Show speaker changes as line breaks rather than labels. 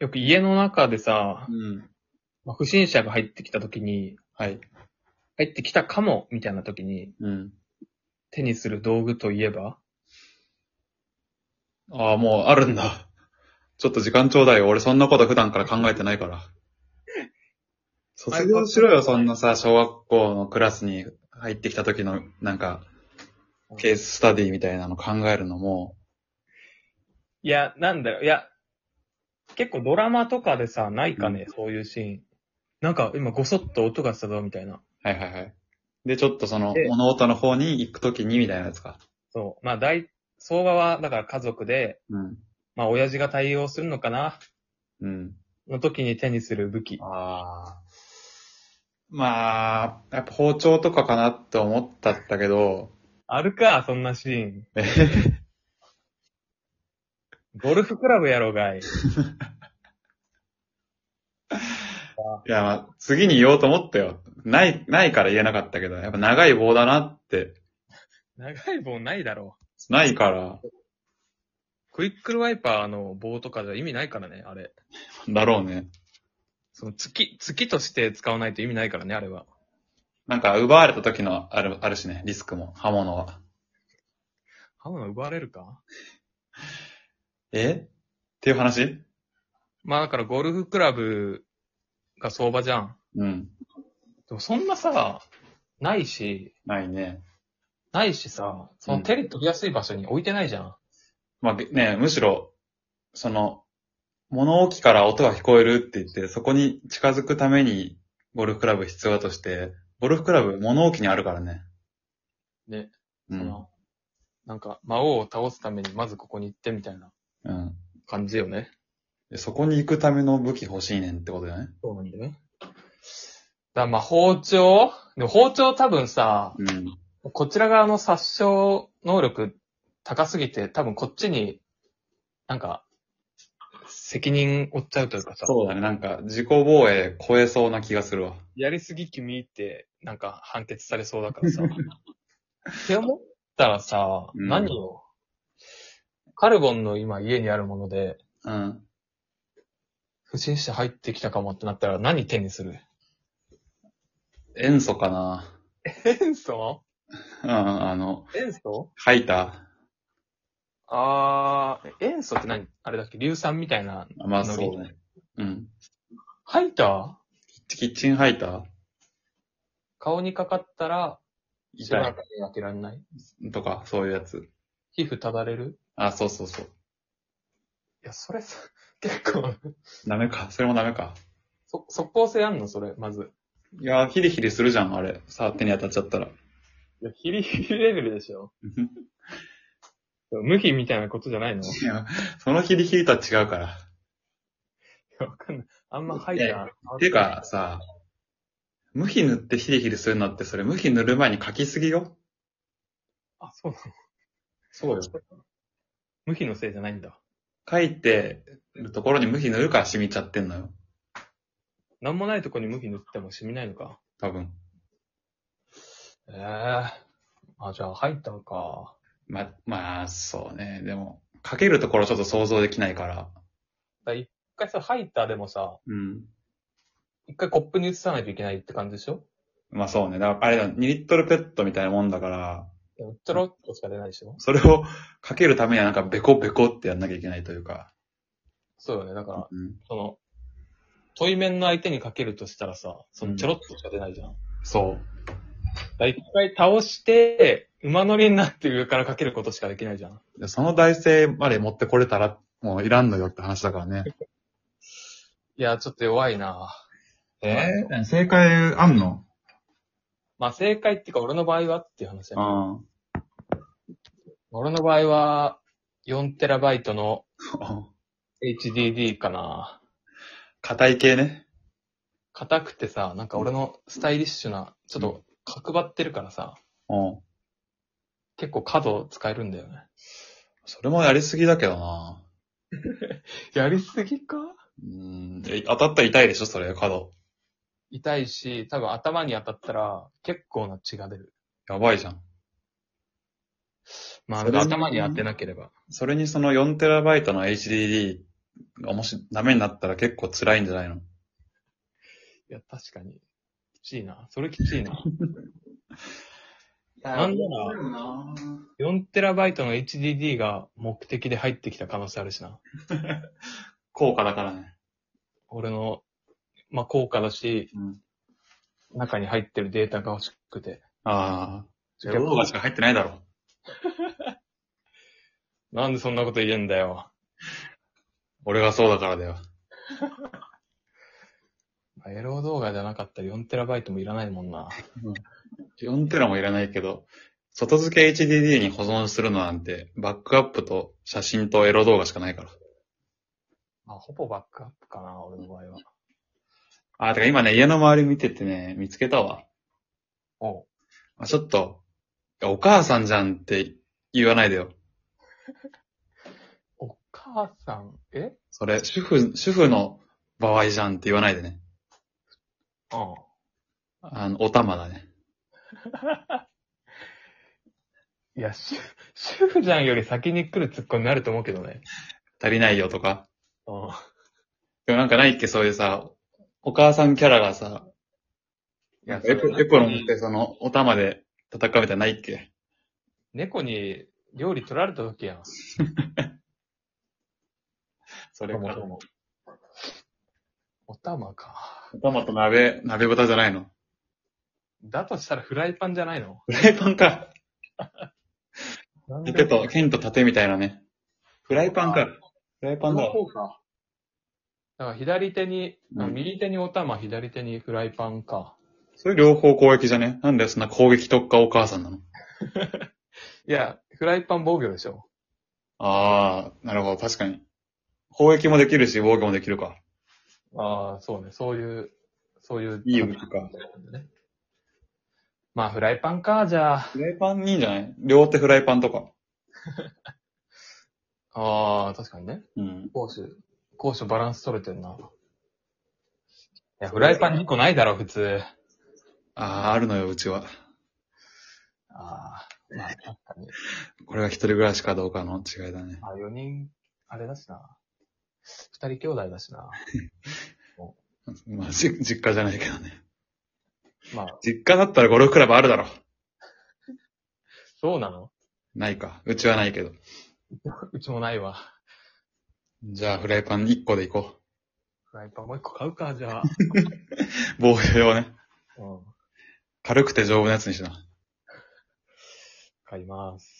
よく家の中でさ、
うん。
まあ不審者が入ってきた時に、
はい。
入ってきたかも、みたいな時に、
うん。
手にする道具といえば
ああ、もうあるんだ。ちょっと時間ちょうだいよ。俺そんなこと普段から考えてないから。卒業しろよ、そんなさ、小学校のクラスに入ってきた時の、なんか、ケーススタディみたいなの考えるのも、
いや、なんだよ。いや、結構ドラマとかでさ、ないかね、そういうシーン。なんか、今、ごそっと音がしたぞ、みたいな。
はいはいはい。で、ちょっとその
え、
物音の方に行く時にみたいなやつか。
そう。まあ、大、相場は、だから家族で、
うん。
まあ、親父が対応するのかな
うん。
の時に手にする武器。
ああ。まあ、やっぱ包丁とかかなって思ったんだけど、
あるか、そんなシーン。ゴルフクラブやろうがい。
いや、まあ、次に言おうと思ったよ。ない、ないから言えなかったけど、やっぱ長い棒だなって、
長い棒ないだろ
ないから、
う。クイックルワイパーの棒とかじゃ意味ないからね、あれ。
だろうね。
その月、月として使わないと意味ないからね、あれは。
なんか、奪われた時の、ある、あるしね、リスクも、刃物は。
刃物奪われるか
えっていう話
まあだからゴルフクラブが相場じゃん。
うん。
でもそんなさ、ないし、
ないね。
ないしさ、その手に取りやすい場所に置いてないじゃん。
まあ、ね、むしろ、その、物置から音が聞こえるって言って、そこに近づくために、ゴルフクラブ必要だとして、ゴルフクラブ物置にあるからね。
ね。そ
うん。
のなんか、魔王を倒すためにまずここに行ってみたいな
うん。
感じよね。
でそこに行くための武器欲しいねんってことだね。
そうなんだよね。だからまあ包丁でも包丁多分さ、
うん。
こちら側の殺傷能力高すぎて、多分こっちに、なんか、責任負っちゃうというかさ、
そうだね。なんか、自己防衛超えそうな気がするわ。
やりすぎ君って、なんか判決されそうだから さ。って思ったらさ、
うん
何を、カルボンの今家にあるもので、
うん。
不審者入ってきたかもってなったら何手にする
塩素かな
塩素
うん、あの、
塩素
吐いた。
あー、塩素って何あれだっけ硫酸みたいな。
まあ
海苔
そうね。うん。
吐いた
キッチン吐いた
顔にかかったら、しば
痛
らく目開けられない
いとか、そういうやつ。
皮膚ただれる
あ、そうそうそう。
いや、それさ、 結構、
ダメか。それもダメか。
そ、即効性あんのそれ、まず。
いやー、ヒリヒリするじゃん、あれ。さあ、手に当たっちゃったら。
いや、ヒリ ヒリレベルでしょ。無比みたいなことじゃないの
いやそのヒリヒリとは違うから。
わかんない。あんま入
い
っ
や
た。
てか、さ、無比塗ってヒリヒリするのって、それ無比塗る前に書きすぎよ。
あ、そうなの。
そうよ。
無比のせいじゃないんだ。
書いてるところに無比塗るから染みちゃってんのよ。
なんもないとこに無比塗っても染みないのか。
多分。
ええあ、じゃあ入ったのか。
ま、まあ、そうね。でも、書けるところちょっと想像できないから。
だ一回さ、入ったでもさ、
うん。
一回コップに移さないといけないって感じでしょ
まあそうね。だから、あれだ、2リットルペットみたいなもんだから、
でもちょろっとしか出ないでしょ
それを書けるためにはなんかベコベコってやんなきゃいけないというか。
そうよね。だから、
うん。
その、対面の相手にかけるとしたらさ、そのちょろっとしか出ないじゃん。
そう。
だから一回倒して、馬乗りになって上からかけることしかできないじゃん。
でその台性まで持ってこれたら、もういらんのよって話だからね。
いや、ちょっと弱いな
えー、正解あんの
まあ正解っていうか俺の場合はっていう話だ、ね、
あ
俺の場合は、4TB の
あ。
HDD かな
硬い系ね。
硬くてさ、なんか俺のスタイリッシュな、ちょっと角張ってるからさ、
うん。
結構角使えるんだよね。
それもやりすぎだけどな。
やりすぎか
うん。え当たったら痛いでしょそれ、角。
痛いし、多分頭に当たったら結構な血が出る。
やばいじゃん。
まあ、
それ
頭に当てなければ。
それにその 4TB の HDD がもしダメになったら結構辛いんじゃないの
いや、確かに。きちいな。それきちいな。
な
なんなら、4TB の HDD が目的で入ってきた可能性あるしな。
高価だからね。
俺の、まあ、高価だし、
うん
中に入ってるデータが欲しくて。
ああ。じゃあ、
逆に
ローガしか入ってないだろ。
なんでそんなこと言えんだよ。
俺がそうだからだよ。
まあエロ動画じゃなかったら 4TB もいらないもんな。
4テラもいらないけど、外付け HDD に保存するのなんて、バックアップと写真とエロ動画しかないから。
まあ、ほぼバックアップかな、俺の場合は。
あ、てか今ね、家の周り見ててね、見つけたわ。
おう
まあ、ちょっと、お母さんじゃんって言わないでよ。
お母さん、え
それ、主婦、主婦の場合じゃんって言わないでね。
うん。
あの、お玉だね。
いや、主主婦じゃんより先に来るツッコミになると思うけどね。
足りないよとか。
うん。
でもなんかないっけ、そういうさ、お母さんキャラがさ、
いや
エプエプロン持ってその、お玉で戦うみたいなのないっけ。
猫に料理取られた時やん。
それか。
おたまか。
お玉と鍋、鍋豚じゃないの。
だとしたらフライパンじゃないの
フライパンか。
なんで
盾と、剣と盾みたいなね。フライパンか。フライパンだわ。
か。だから左手に、
うん
右手におたま、左手にフライパンか。
それ両方攻撃じゃねなんでそんな攻撃特化お母さんなの
いや、フライパン防御でしょ。
ああ、なるほど、確かに。攻撃もできるし、防御もできるか。
ああ、そうね。そういう、そういう。
いい武器か。
ね。まあ、フライパンか、じゃあ。
フライパンいいんじゃない両手フライパンとか。
ああ、確かにね。
うん。
攻守、攻守バランス取れてんな。いや、フライパン2個ないだろ、普通。
ああ、あるのよ、うちは。
ああ、まあ、確かに。
これが一人暮らしかどうかの違いだね。
あ、4人、あれだしな。2人兄弟だしな。
まあ、じ実家じゃないけどね。
まあ、
実家だったらゴルフクラブあるだろ。
そうなの
ないか。うちはないけど。
うちもないわ。
じゃあ、フライパン1個でいこ
フライパンもう1個買うか、じゃあ。
う。防御用ね。
うん。
軽くて丈夫なやつにしな。
買います。